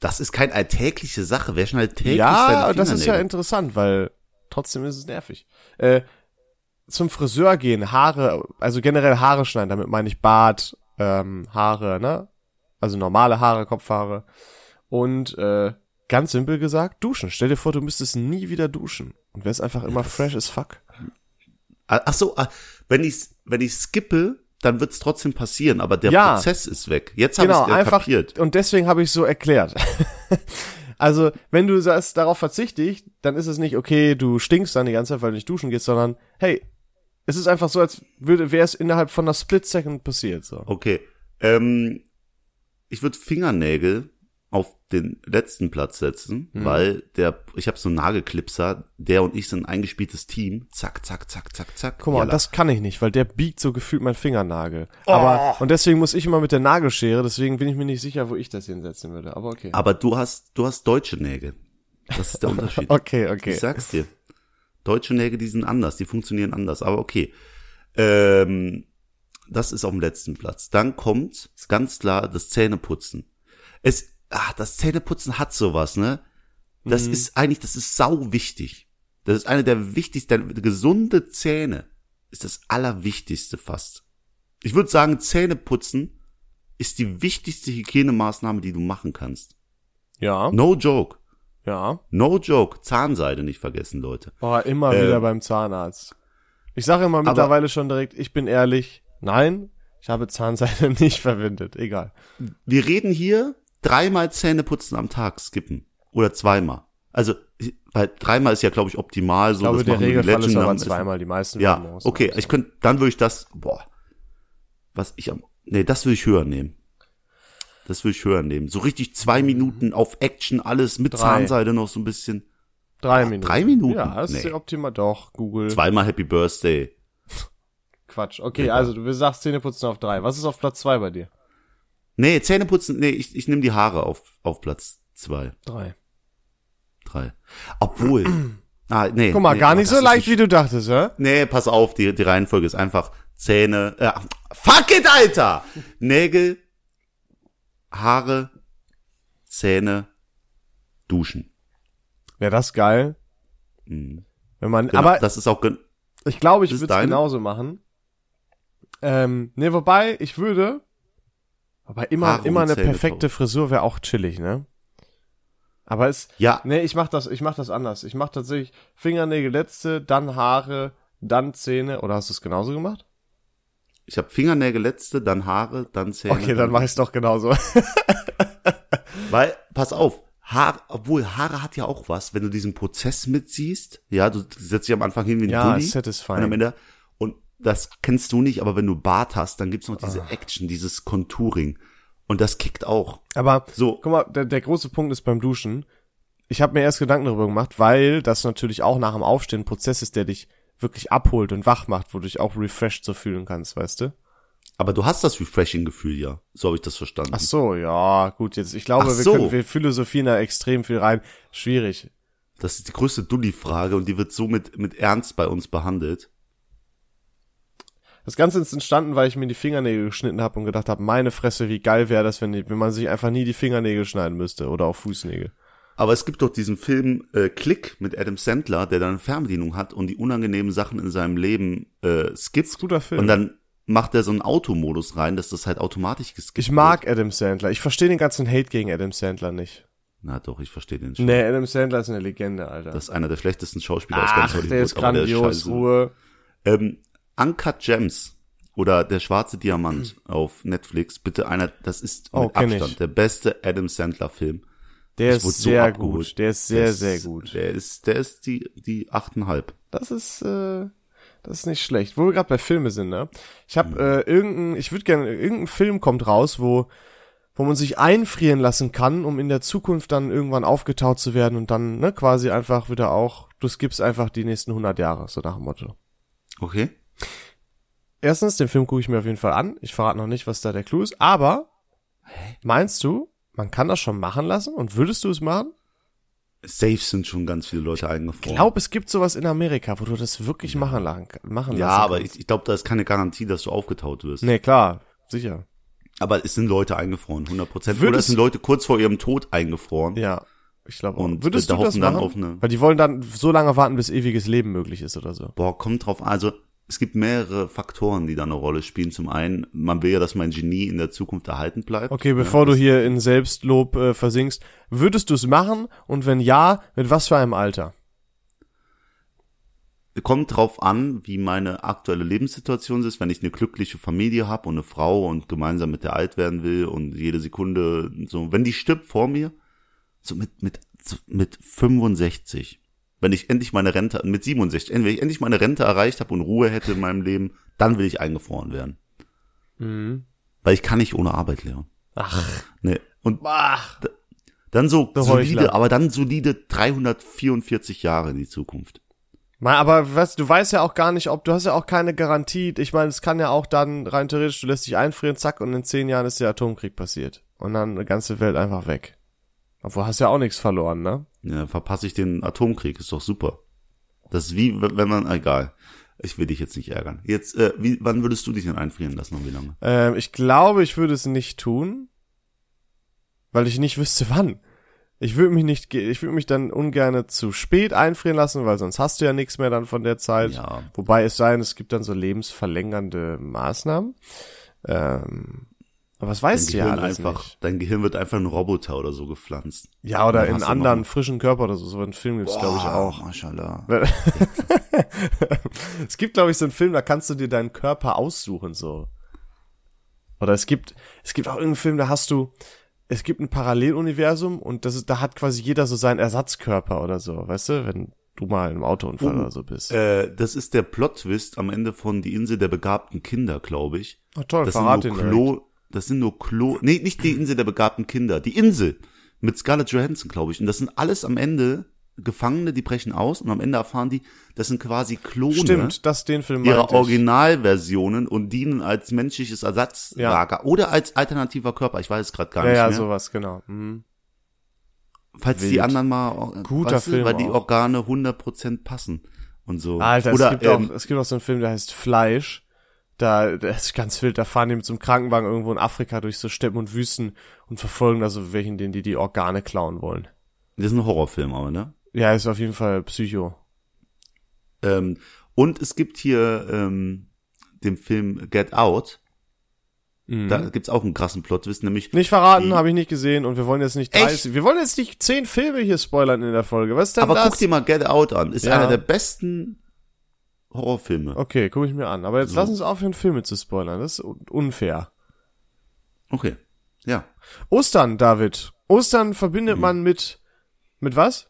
Das ist keine alltägliche Sache. Wer schneidet täglich seine
ja,
Fingernägel?
das ist ja interessant, weil trotzdem ist es nervig. Äh, zum Friseur gehen, Haare, also generell Haare schneiden, damit meine ich Bart, ähm, Haare, ne? Also normale Haare, Kopfhaare. Und äh, ganz simpel gesagt, duschen. Stell dir vor, du müsstest nie wieder duschen. Und wärst einfach immer fresh as fuck.
Ah, Ach so, ah, wenn ich wenn ich skippe, dann wird's trotzdem passieren, aber der
Ja.
Prozess ist weg. Jetzt habe ich's ja kapiert.
Genau, Und deswegen habe ich so erklärt. also, wenn du sagst, darauf verzichte ich, dann ist es nicht, okay, du stinkst dann die ganze Zeit, weil du nicht duschen gehst, sondern, hey, es ist einfach so, als würde, wäre es innerhalb von einer Split Second passiert, so.
Okay. Ähm, ich würde Fingernägel auf den letzten Platz setzen,
Hm.
weil der ich habe so einen Nagelclipser, der und ich sind ein eingespieltes Team. Zack, zack, zack, zack, zack.
Guck mal,
Jalla.
das kann ich nicht, weil der biegt so gefühlt mein Fingernagel.
Oh.
Aber, und deswegen muss ich immer mit der Nagelschere, deswegen bin ich mir nicht sicher, wo ich das hinsetzen würde, aber okay.
aber du hast du hast deutsche Nägel. Das ist der Unterschied.
Okay, okay.
Ich sag's dir. Deutsche Nägel, die sind anders, die funktionieren anders, aber okay. Ähm, das ist auf dem letzten Platz. Dann kommt ganz klar das Zähneputzen. Es, ah, das Zähneputzen hat sowas, ne? Das ist eigentlich, das ist sau wichtig. Das ist eine der wichtigsten, denn gesunde Zähne ist das allerwichtigste fast. Ich würde sagen, Zähneputzen ist die wichtigste Hygienemaßnahme, die du machen kannst.
Ja.
No joke.
Ja.
No joke, Zahnseide nicht vergessen, Leute.
Boah, immer
Äh,
wieder beim Zahnarzt. Ich sage immer mittlerweile schon direkt, ich bin ehrlich, nein, ich habe Zahnseide nicht verwendet. Egal.
Wir reden hier dreimal Zähneputzen am Tag skippen. Oder zweimal. Also, weil dreimal ist ja, glaube ich, optimal. So, das
Ich glaube, der
machen die
Regelfall ist
Legend-
aber zweimal. also. Die meisten machen
Ja,
morgens
okay,
und
ich könnte, dann würde ich das, boah, was ich am, nee, das würde ich höher nehmen. Das würde ich höher nehmen. So richtig
Mhm.
zwei Minuten auf Action, alles mit Zahnseide noch so ein bisschen.
Drei Minuten.
Ah, drei Minuten?
Ja, das ist
Nee.
der optimal. Doch, Google.
Zweimal Happy Birthday.
Quatsch. Okay, also du sagst Zähneputzen auf drei. Was ist auf Platz zwei bei dir?
Nee, Zähneputzen, nee, ich, ich nehme die Haare auf, auf Platz zwei,
Drei.
drei. Obwohl, ah, nee.
Guck mal,
nee,
gar
aber das
nicht so
ist
leicht, wie du dachtest, hä?
Nee, pass auf, die, die Reihenfolge ist einfach Zähne. Äh, fuck it, Alter! Nägel, Haare, Zähne, Duschen.
Wäre das geil?
Mhm.
Wenn man,
Genau,
aber
das ist auch. gen-
ich glaube, ich
ist
würde es
deine?
genauso machen. Ähm, nee, wobei, ich würde, wobei immer,
Haare
immer
und
eine
Zähne
perfekte Frisur wäre auch chillig, ne? Aber es,
Ja,
nee, ich mach das, ich mach das anders. Ich mach tatsächlich Fingernägel letzte, dann Haare, dann Zähne, oder hast du es genauso gemacht?
ich habe Fingernägel letzte, dann Haare, dann Zähne.
Okay, dann mach ich es doch genauso.
Weil, pass auf, Haare, obwohl Haare hat ja auch was, wenn du diesen Prozess mitsiehst. Ja, du setzt dich am Anfang hin wie ein
Ja,
Dulli.
satisfying.
Und am Ende, und das kennst du nicht, aber wenn du Bart hast, dann gibt's noch diese
Ah.
Action, dieses Contouring. Und das kickt auch.
Aber
So.
guck mal, der, der große Punkt ist beim Duschen. Ich habe mir erst Gedanken darüber gemacht, weil das natürlich auch nach dem Aufstehen ein Prozess ist, der dich wirklich abholt und wach macht, wo du dich auch refreshed so fühlen kannst, weißt du?
Aber du hast das Refreshing-Gefühl ja. So habe ich das verstanden.
Ach so, ja, gut, jetzt ich glaube,
Ach
wir
so.
können wir philosophieren da extrem viel rein. Schwierig.
Das ist die größte Dulli-Frage und die wird so mit, mit Ernst bei uns behandelt.
Das Ganze ist entstanden, weil ich mir die Fingernägel geschnitten habe und gedacht habe, meine Fresse, wie geil wäre das, wenn, die, wenn man sich einfach nie die Fingernägel schneiden müsste oder auch Fußnägel.
Aber es gibt doch diesen Film äh, Click mit Adam Sandler, der dann eine Fernbedienung hat und die unangenehmen Sachen in seinem Leben äh, skippt.
guter Film.
Und dann macht er so einen Automodus rein, dass das halt automatisch geskippt
Ich mag Adam Sandler. Ich verstehe den ganzen Hate gegen Adam Sandler nicht.
wird. Na doch, ich verstehe den schon.
Nee, Adam Sandler ist eine Legende, Alter.
Das ist einer der schlechtesten Schauspieler aus ganz
Ach,
Hollywood.
der ist
aber
grandios,
scheiße.
Ruhe.
Ähm, Uncut Gems oder Der schwarze Diamant auf Netflix. Bitte einer, das ist
Hm. Oh,
mit
kenn ich.
Abstand der beste Adam Sandler-Film.
Der ist
wurde so
sehr
abgeholt.
gut. Der ist sehr,
Der
sehr
ist-
gut.
Der ist, der ist die, die achteinhalb.
Das ist, äh, das ist nicht schlecht. Wo wir gerade bei Filme sind, ne? Ich
Hm.
habe äh, irgendein, ich würde gerne, irgendein Film kommt raus, wo, wo man sich einfrieren lassen kann, um in der Zukunft dann irgendwann aufgetaut zu werden und dann, ne, quasi einfach wieder auch, du skippst einfach die nächsten 100 Jahre, so nach dem Motto.
Okay.
Erstens, den Film gucke ich mir auf jeden Fall an. Ich verrate noch nicht, was da der Clou ist, aber meinst du, man kann das schon machen lassen und würdest du es machen?
Safe sind schon ganz viele Leute eingefroren.
glaube, es gibt sowas in Amerika, wo du das wirklich machen, lassen, machen
ja,
lassen
aber
kannst.
ich, ich glaube, da ist keine Garantie, dass du aufgetaut wirst.
Nee, klar, sicher.
Aber es sind Leute eingefroren, 100 Prozent.
Würdest-
Oder es sind Leute kurz vor ihrem Tod eingefroren.
Ja, ich glaube auch.
Und
Würdest
da
du das
hoffen dann
machen?
auf eine-
Weil die wollen dann so lange warten, bis ewiges Leben möglich ist oder so.
Boah, kommt drauf. an. Also es gibt mehrere Faktoren, die da eine Rolle spielen. Zum einen, man will ja, dass mein Genie in der Zukunft erhalten bleibt.
Okay, bevor du hier in Selbstlob äh, versinkst, würdest du es machen und wenn ja, mit was für einem Alter?
Kommt drauf an, wie meine aktuelle Lebenssituation ist. Wenn ich eine glückliche Familie habe und eine Frau und gemeinsam mit der alt werden will und jede Sekunde so, wenn die stirbt vor mir, so mit, mit, mit 65. Wenn ich endlich meine Rente, mit 67, wenn ich endlich meine Rente erreicht habe und Ruhe hätte in meinem Leben, dann will ich eingefroren werden. Weil ich kann nicht ohne Arbeit lernen.
Ach,
Nee. Und
ach.
dann so
Der
solide,
Heuchler.
aber dann solide 344 Jahre in die Zukunft.
Mal, aber was, du weißt ja auch gar nicht, ob du hast ja auch keine Garantie. Ich meine, es kann ja auch dann rein theoretisch, du lässt dich einfrieren, zack, und in zehn Jahren ist der Atomkrieg passiert. Und dann die ganze Welt einfach weg. Obwohl hast ja auch nichts verloren, ne?
Ja, verpasse ich den Atomkrieg, ist doch super. Das ist wie, w- wenn man, ah, egal. Ich will dich jetzt nicht ärgern. Jetzt, äh, wie, wann würdest du dich denn einfrieren lassen und wie lange?
Ähm, ich glaube, ich würde es nicht tun, weil ich nicht wüsste, wann. Ich würde mich nicht, ge- ich würde mich dann ungerne zu spät einfrieren lassen, weil sonst hast du ja nichts mehr dann von der Zeit.
Ja.
Wobei es sein, es gibt dann so lebensverlängernde Maßnahmen. Ähm, Aber das weißt du ja alles
einfach,
nicht.
dein Gehirn wird einfach in einen Roboter oder so gepflanzt.
Ja, oder
Dann
in
hast du
anderen
noch-
frischen Körper oder so. So einen Film gibt's, glaube ich,
Boah,
auch.
Mashallah.
es gibt, glaube ich, so einen Film, da kannst du dir deinen Körper aussuchen, so. Oder es gibt, es gibt auch irgendeinen Film, da hast du, es gibt ein Paralleluniversum und das ist, da hat quasi jeder so seinen Ersatzkörper oder so, weißt du, wenn du mal im Autounfall oder so bist.
Äh, das ist der Plot-Twist am Ende von Die Insel der begabten Kinder, glaube ich.
oh toll,
Das sind nur
verrat ihn direkt.
Klo, das sind nur Klo, nee, nicht die Insel der begabten Kinder, die Insel mit Scarlett Johansson, glaube ich. Und das sind alles am Ende Gefangene, die brechen aus und am Ende erfahren die, das sind quasi Klone
Stimmt, das den Film
ihrer
meinte ich.
Originalversionen und dienen als menschliches Ersatzlager oder als alternativer Körper. Ich weiß es gerade gar
Ja,
nicht
ja,
mehr.
sowas, genau. Mhm.
Falls die
wild.
anderen mal,
Guter
weißt du,
Film
weil die
auch.
Organe 100% passen und so.
Alter,
oder,
es, gibt
ähm,
auch, es gibt auch so einen Film, der heißt Fleisch. Da, das ist ganz wild, da fahren die mit so einem Krankenwagen irgendwo in Afrika durch so Steppen und Wüsten und verfolgen da so welchen, denen die die Organe klauen wollen.
das ist ein Horrorfilm, aber, ne?
Ja, ist auf jeden Fall Psycho.
Ähm, und es gibt hier ähm, den Film Get Out. Da gibt's auch einen krassen Plot-Twist, nämlich
Mhm. Nicht verraten,
Die-
habe ich nicht gesehen und wir wollen jetzt nicht
Mhm. Echt?
30, wir wollen jetzt nicht 10 Filme hier spoilern in der Folge. Was ist denn
Aber
das?
guck dir mal Get Out an. Ist
Ja.
einer der besten Horrorfilme.
okay, gucke ich mir an. Aber jetzt lass uns aufhören, Filme zu spoilern. Das ist un- unfair.
Okay. Ja.
Ostern, David. Ostern verbindet
Mhm.
man mit, mit was?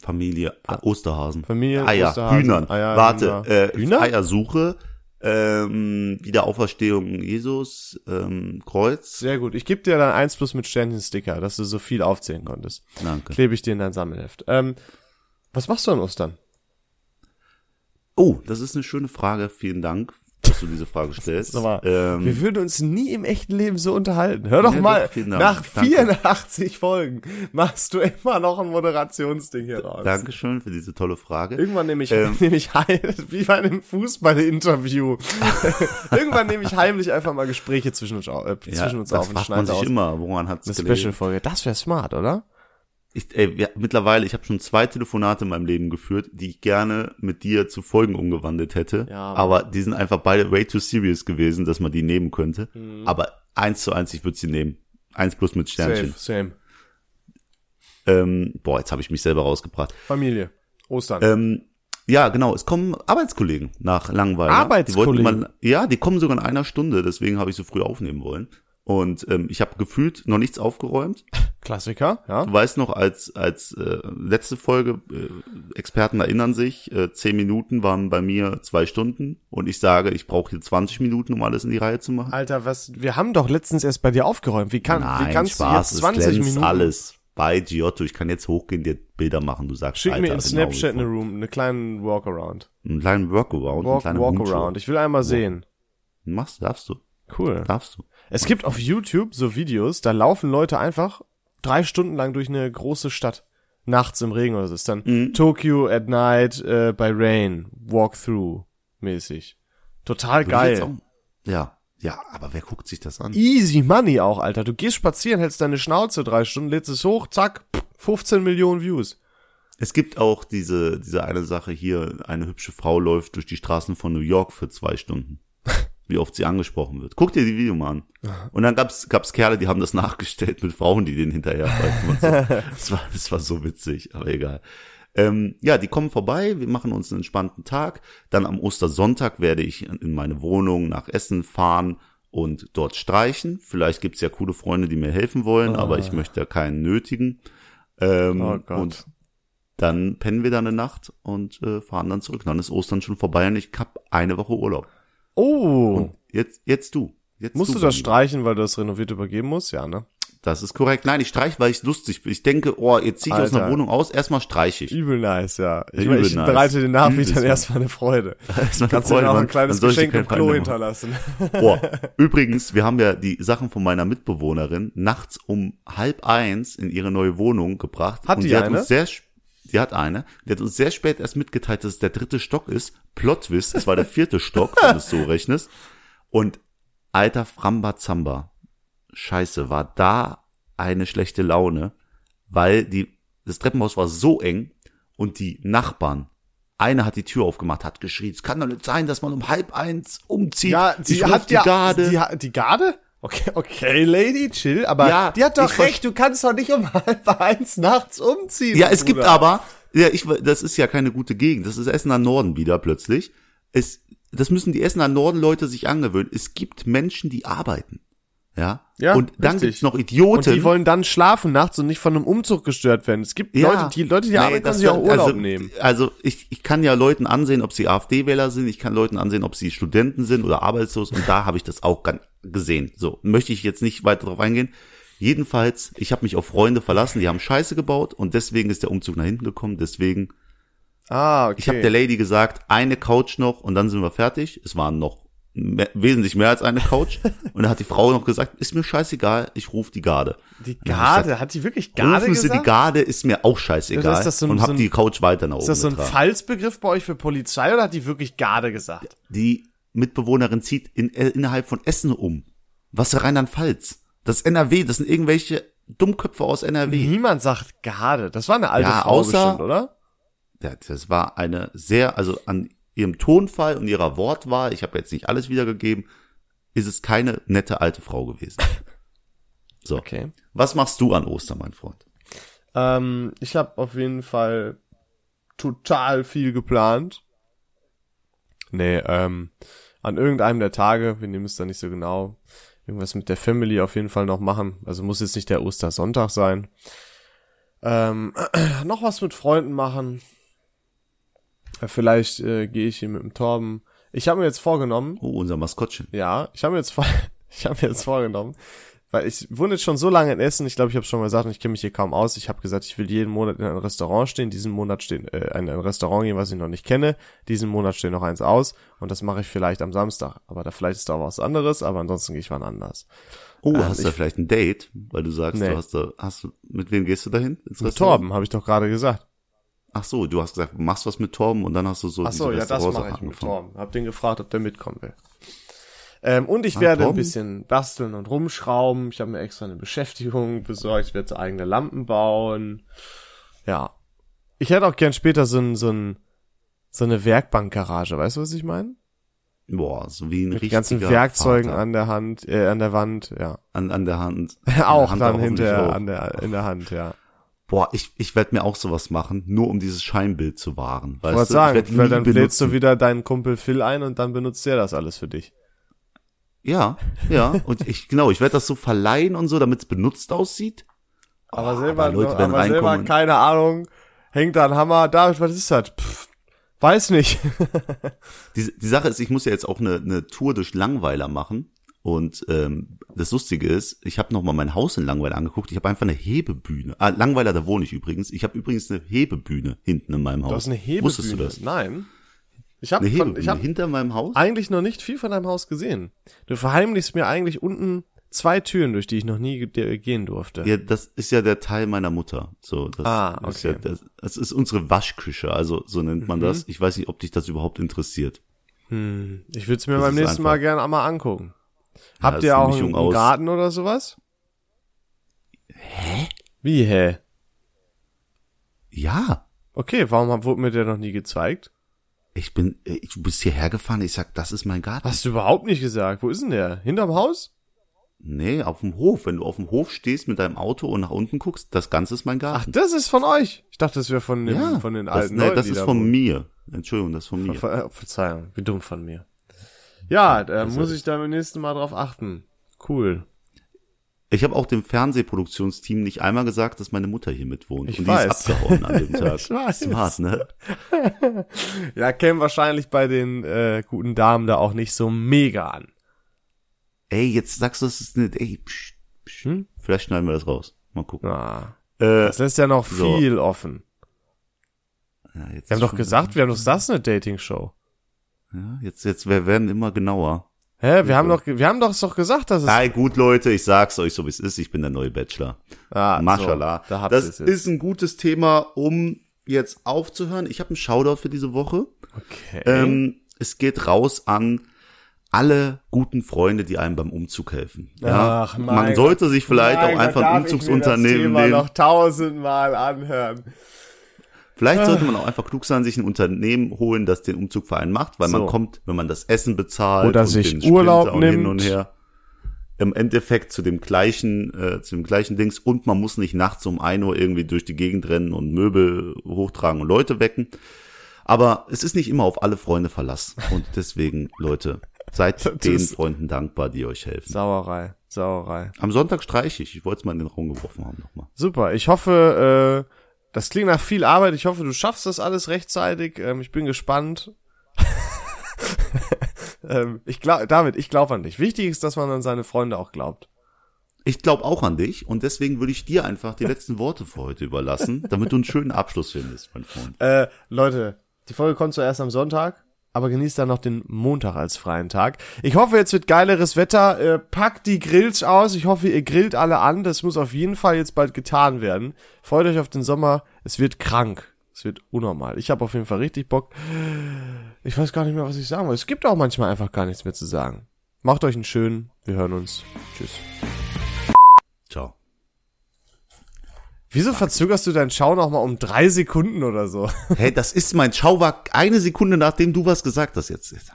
Familie,
Ah.
A- Osterhasen.
Familie,
Eier,
Osterhasen,
Ah Hühnern.
Eier,
Warte,
Hühner.
Äh,
Hühner?
Eiersuche, ähm, Wiederauferstehung Jesus, ähm, Kreuz.
Sehr gut. Ich gebe dir dann eins plus mit Sternchen-Sticker, dass du so viel aufzählen konntest.
Danke.
Klebe ich dir in dein Sammelheft. Ähm, was machst du an Ostern?
Oh, das ist eine schöne Frage. Vielen Dank, dass du diese Frage stellst.
Sag mal,
Ähm,
wir würden uns nie im echten Leben so unterhalten. Hör doch
Ja,
mal,
doch, vielen Dank.
nach
Danke.
84 Folgen machst du immer noch ein Moderationsding hier raus.
Dankeschön für diese tolle Frage.
Irgendwann nehme ich,
Ähm.
nehme ich heim, wie bei einem Fußball-Interview. Irgendwann nehme ich heimlich einfach mal Gespräche zwischen uns, au- äh, zwischen uns
das
auf und
fragt man
schneide
sich
aus.
immer, woran hat's
Eine
gelegen?
Special-Folge. Das wäre smart, oder?
Ich, ey, ja, mittlerweile, ich habe schon zwei Telefonate in meinem Leben geführt, die ich gerne mit dir zu Folgen umgewandelt hätte.
Ja, Mann.
aber die sind einfach beide way too serious gewesen, dass man die nehmen könnte.
Mhm.
Aber eins zu eins, ich würde sie nehmen. Eins plus mit
Safe,
Sternchen.
same.
Ähm, boah, jetzt habe ich mich selber rausgebracht.
Familie. Ostern.
Ähm, ja, genau. Es kommen Arbeitskollegen nach Langweiler.
Arbeitskollegen?
Die wollten mal, ja, die kommen sogar in einer Stunde. Deswegen habe ich so früh aufnehmen wollen. Und ähm, ich habe gefühlt noch nichts aufgeräumt.
Klassiker, ja.
Du weißt noch, als als äh, letzte Folge äh, Experten erinnern sich, äh, zehn Minuten waren bei mir zwei Stunden und ich sage, ich brauche hier 20 Minuten, um alles in die Reihe zu machen.
Alter, was, wir haben doch letztens erst bei dir aufgeräumt. Wie, kann, wie kannst du jetzt 20
glänzt
Minuten?
alles bei Giotto. Ich kann jetzt hochgehen, dir Bilder machen. Du sagst,
Schick
Alter,
mir in
genau wie
Snapchat
vor.
eine Room, eine kleinen Walkaround.
einen kleinen Workaround,
Walk,
einen kleinen
Walkaround. Ich will einmal sehen.
Machst, du, darfst du,
Cool.
darfst du.
Es gibt auf YouTube so Videos, da laufen Leute einfach drei Stunden lang durch eine große Stadt. Nachts im Regen oder so. Ist dann
Mhm.
Tokyo at night äh, by rain. Walkthrough mäßig.
Würde
Total
ich jetzt
geil.
Auch, ja, ja, aber wer guckt sich das an?
Easy money auch, Alter. Du gehst spazieren, hältst deine Schnauze drei Stunden, lädst es hoch, zack, 15 Millionen Views.
Es gibt auch diese, diese eine Sache hier, eine hübsche Frau läuft durch die Straßen von New York für zwei Stunden. Wie oft sie angesprochen wird. Guck dir die Video mal an. Und dann gab's, gab's Kerle, die haben das nachgestellt mit Frauen, die denen hinterherfallen. und So. Das, war, das war so witzig, aber egal. Ähm, ja, die kommen vorbei, wir machen uns einen entspannten Tag. Dann am Ostersonntag werde ich in meine Wohnung nach Essen fahren und dort streichen. Vielleicht gibt's ja coole Freunde, die mir helfen wollen, aber ich möchte ja keinen nötigen. Ähm,
Ah. Oh Gott.
Und dann pennen wir da eine Nacht und äh, fahren dann zurück. Dann ist Ostern schon vorbei und ich hab eine Woche Urlaub.
Oh,
Jetzt, jetzt du. Jetzt
musst du das streichen, weil du das renoviert übergeben musst? Ja, ne?
Das ist korrekt. Nein, ich streich, weil ich lustig bin. Ich denke, oh, jetzt zieh ich aus einer
Alter.
Wohnung aus, erstmal streich ich.
Übel nice, ja. Ich,
Übel
meine, ich
nice.
bereite den Nachrichten
Übelst,
erstmal eine Freude.
Erstmal eine
Kannst du
Freude
dir auch ein
machen,
kleines
dann soll ich dir
Geschenk
keinen
im Klo
Feind mehr
hinterlassen.
Boah, übrigens, wir haben ja die Sachen von meiner Mitbewohnerin nachts um halb eins in ihre neue Wohnung gebracht.
Hat
und
die
die hat
eine?
Uns sehr, sp- die hat eine. Die hat uns sehr spät erst mitgeteilt, dass es der dritte Stock ist. Plotwist, es war der vierte Stock, wenn du es so rechnest. Und alter Frambazamba, scheiße, war da eine schlechte Laune, weil die, das Treppenhaus war so eng und die Nachbarn, eine hat die Tür aufgemacht, hat geschrien, es kann doch nicht sein, dass man um halb eins umzieht.
Ja, die
Ich ruf
hat ja,
Garde.
Die, ha- die Garde? Okay, okay, Lady, chill, aber
Ja,
die hat
ich
doch
ver-
recht, du kannst doch nicht um halb eins nachts umziehen.
Ja, es gibt
Bruder.
aber, ja, ich, das ist ja keine gute Gegend. Das ist Essener Norden wieder plötzlich. Es, das müssen die Essener Norden-Leute sich angewöhnen. Es gibt Menschen, die arbeiten. Ja.
Ja,
Und dann
richtig.
gibt's noch
Und
Idioten.
die wollen dann schlafen nachts und nicht von einem Umzug gestört werden. Es gibt
ja,
Leute, die Leute, die
Nee,
arbeiten,
das-
können sich auch Urlaub
also,
nehmen.
Also ich, ich kann ja Leuten ansehen, ob sie AfD-Wähler sind, ich kann Leuten ansehen, ob sie Studenten sind oder arbeitslos und da habe ich das auch gan- gesehen. So, möchte ich jetzt nicht weiter drauf eingehen. Jedenfalls, ich habe mich auf Freunde verlassen, die haben Scheiße gebaut und deswegen ist der Umzug nach hinten gekommen, deswegen
Ah, okay.
Ich habe der Lady gesagt, eine Couch noch und dann sind wir fertig. Es waren noch me- wesentlich mehr als eine Couch. und dann hat die Frau noch gesagt, ist mir scheißegal, ich rufe die Garde.
die
Dann hab ich gesagt,
Garde, hat die wirklich Garde
Rufen Sie
gesagt?
die Garde, ist mir auch scheißegal.
Ja, ist das so ein-
und
so
habe
ein-
die Couch weiter nach oben
Ist das so ein
getragen.
Falsbegriff bei euch für Polizei oder hat die wirklich Garde gesagt?
Die Mitbewohnerin zieht in, äh, innerhalb von Essen um. Was für Rheinland-Pfalz? Das NRW, das sind irgendwelche Dummköpfe aus NRW.
Niemand sagt Garde. Das war eine alte
Ja,
Frau
außer-
bestimmt, oder?
Ja, das war eine sehr, also an ihrem Tonfall und ihrer Wortwahl, ich habe jetzt nicht alles wiedergegeben, ist es keine nette alte Frau gewesen. So.
Okay.
Was machst du an Ostern, mein Freund?
Ähm, ich habe auf jeden Fall total viel geplant. Nee, ähm, an irgendeinem der Tage, wir nehmen es da nicht so genau, irgendwas mit der Family auf jeden Fall noch machen. Also muss jetzt nicht der Ostersonntag sein. Ähm, noch was mit Freunden machen. Äh, Vielleicht äh, gehe ich hier mit dem Torben. Ich habe mir jetzt vorgenommen,
Oh, unser Maskottchen.
ja, ich habe mir jetzt vor, ich habe mir jetzt vorgenommen, weil ich wohne jetzt schon so lange in Essen. Ich glaube, ich habe schon mal gesagt, und ich kenne mich hier kaum aus. Ich habe gesagt, ich will jeden Monat in ein Restaurant stehen. Diesen Monat stehen äh, in ein Restaurant gehen, was ich noch nicht kenne. Diesen Monat steht noch eins aus und das mache ich vielleicht am Samstag. Aber da vielleicht ist da auch was anderes. Aber ansonsten gehe ich wann anders.
Oh, hast du da vielleicht ein Date? Weil du sagst,
Ähm, Nee.
du hast da, hast du, mit wem gehst du dahin? Ins
Mit
Restaurant?
Torben habe ich doch gerade gesagt.
Ach so, du hast gesagt, machst was mit Torben und dann hast du so
Ach so,
diese
ja, das
Restaurants
mache ich mit
angefangen.
Torben. Hab den gefragt, ob der mitkommen will. Ähm, und ich werde ein
Torben?
bisschen basteln und rumschrauben. Ich habe mir extra eine Beschäftigung besorgt. Ich werde so eigene Lampen bauen. Ja. Ich hätte auch gern später so, ein, so, ein, so eine Werkbankgarage. Weißt du, was ich meine?
Boah, so wie ein
Mit den
richtiger
ganzen Werkzeugen
Vater.
an der Hand, äh, an der Wand, ja.
an, an der Hand. An der
auch
Hand
dann
hoffentlich
hinterher
auch.
an der, in der Hand, ja.
Boah, ich, ich werde mir auch sowas machen, nur um dieses Scheinbild zu wahren. Weißt
Ich wollte
du?
sagen,
werd
weil
nie
dann lädst du
benutzen.
wieder deinen Kumpel Phil ein und dann benutzt der das alles für dich.
Ja, ja. Und ich, genau, ich werde das so verleihen und so, damit es benutzt aussieht.
Aber
Ah,
selber,
aber Leute werden
aber selber
reinkommen und-
keine Ahnung, hängt da ein Hammer. David, was ist das? Pff, weiß nicht.
Die, die Sache ist, ich muss ja jetzt auch eine, eine Tour durch Langweiler machen. Und ähm, das Lustige ist, ich habe nochmal mein Haus in Langweiler angeguckt. Ich habe einfach eine Hebebühne. Ah, Langweiler, da wohne ich übrigens. Ich habe übrigens eine Hebebühne hinten in meinem Haus.
Du hast eine Hebebühne.
Wusstest du das?
Nein. Ich habe
Eine Hebebühne
ich hab
hinter meinem Haus?
eigentlich noch nicht viel von deinem Haus gesehen. Du verheimlichst mir eigentlich unten zwei Türen, durch die ich noch nie ge- gehen durfte.
Ja, das ist ja der Teil meiner Mutter. So, das
Ah,
ist ja,
okay. Mhm.
das, das ist unsere Waschküche, also so nennt man das. Ich weiß nicht, ob dich das überhaupt interessiert.
Hm, ich würde es mir
Das
beim
ist
nächsten Mal
einfach.
gerne einmal angucken.
das
Habt
ist
ihr
eine
auch einen
Mischung aus-
Garten oder sowas? Hä? Wie hä?
Ja,
Okay, warum hab- wurde mir der noch nie gezeigt?
ich bin, äh, ich, du bist hierher gefahren, ich sag, das ist mein Garten.
Hast du überhaupt nicht gesagt. Wo ist denn der? Hinterm Haus?
Nee, auf dem Hof. Wenn du auf dem Hof stehst mit deinem Auto und nach unten guckst, das Ganze ist mein
Ach,
Garten.
das ist von euch. Ich dachte, das wäre von, den-
ja,
von den
das,
alten
nee,
Leuten.
das
die
ist
da
von
wohnen.
mir. Entschuldigung, das ist von mir.
Ver äh, Verzeihung, wie dumm von mir. Ja, da
also
muss ich da beim nächsten Mal drauf achten. Cool.
Ich habe auch dem Fernsehproduktionsteam nicht einmal gesagt, dass meine Mutter hier mit wohnt.
Ich
und die
weiß.
ist abgehauen an dem Tag.
Ich weiß.
Smart, ne?
Ja, käme wahrscheinlich bei den äh, guten Damen da auch nicht so mega an.
Ey, jetzt sagst du, es ist nicht. Ey, psch, psch.
Hm?
Vielleicht schneiden wir das raus. Mal gucken.
Ah,
Äh,
das lässt ja noch
so.
viel offen.
ja, jetzt
Wir haben
ist
doch
schon-
gesagt, wir haben doch das eine Dating-Show.
Ja, jetzt, jetzt, wir werden immer genauer.
Hä? Wir haben doch, wir haben doch, doch gesagt, dass es.
Nein, gut, Leute, ich sag's euch so, wie es ist. Ich bin der neue Bachelor.
Ah,
Mashallah.
So, da habt
das
ihr's jetzt.
ist ein gutes Thema, um jetzt aufzuhören. Ich habe einen Shoutout für diese Woche.
Okay.
Ähm, es geht raus an alle guten Freunde, die einem beim Umzug helfen. Ja,
Ach, mein
Man
Gott.
sollte sich vielleicht
Nein,
auch
da
einfach
darf
ein
ich mir
Umzugsunternehmen
Das Thema
nehmen.
noch tausendmal anhören.
Vielleicht
Ah.
sollte man auch einfach klug sein, sich ein Unternehmen holen, das den Umzugverein macht, weil
So.
man kommt, wenn man das Essen bezahlt
Oder
und
sich
den Sprinter
Urlaub
und hin
nimmt.
und her. im Endeffekt zu dem gleichen, äh, zu dem gleichen Dings und man muss nicht nachts um 1 Uhr irgendwie durch die Gegend rennen und Möbel hochtragen und Leute wecken. Aber es ist nicht immer auf alle Freunde Verlass und deswegen, Leute, seid den
ist-
Freunden dankbar, die euch helfen.
Sauerei, Sauerei.
Am Sonntag streiche ich. Ich wollte es mal in den Raum geworfen haben nochmal.
Super. Ich hoffe, äh, das klingt nach viel Arbeit. Ich hoffe, du schaffst das alles rechtzeitig. Ähm, ich bin gespannt. ähm, ich glaub, David, ich glaube an dich. Wichtig ist, dass man an seine Freunde auch glaubt.
Ich glaube auch an dich und deswegen würde ich dir einfach die letzten Worte für heute überlassen, damit du einen schönen Abschluss findest, mein Freund.
Äh, Leute, die Folge kommt zuerst am Sonntag, aber genießt dann noch den Montag als freien Tag. Ich hoffe, jetzt wird geileres Wetter. Äh, packt die Grills aus. Ich hoffe, ihr grillt alle an. Das muss auf jeden Fall jetzt bald getan werden. Freut euch auf den Sommer. Es wird krank. Es wird unnormal. Ich habe auf jeden Fall richtig Bock. Ich weiß gar nicht mehr, was ich sagen wollte. Es gibt auch manchmal einfach gar nichts mehr zu sagen. Macht euch einen schönen. Wir hören uns. Tschüss.
Ciao.
Wieso verzögerst du dein Schauen auch mal um drei Sekunden oder so?
Hey, das ist mein Schauwack. Eine Sekunde nachdem du was gesagt hast jetzt.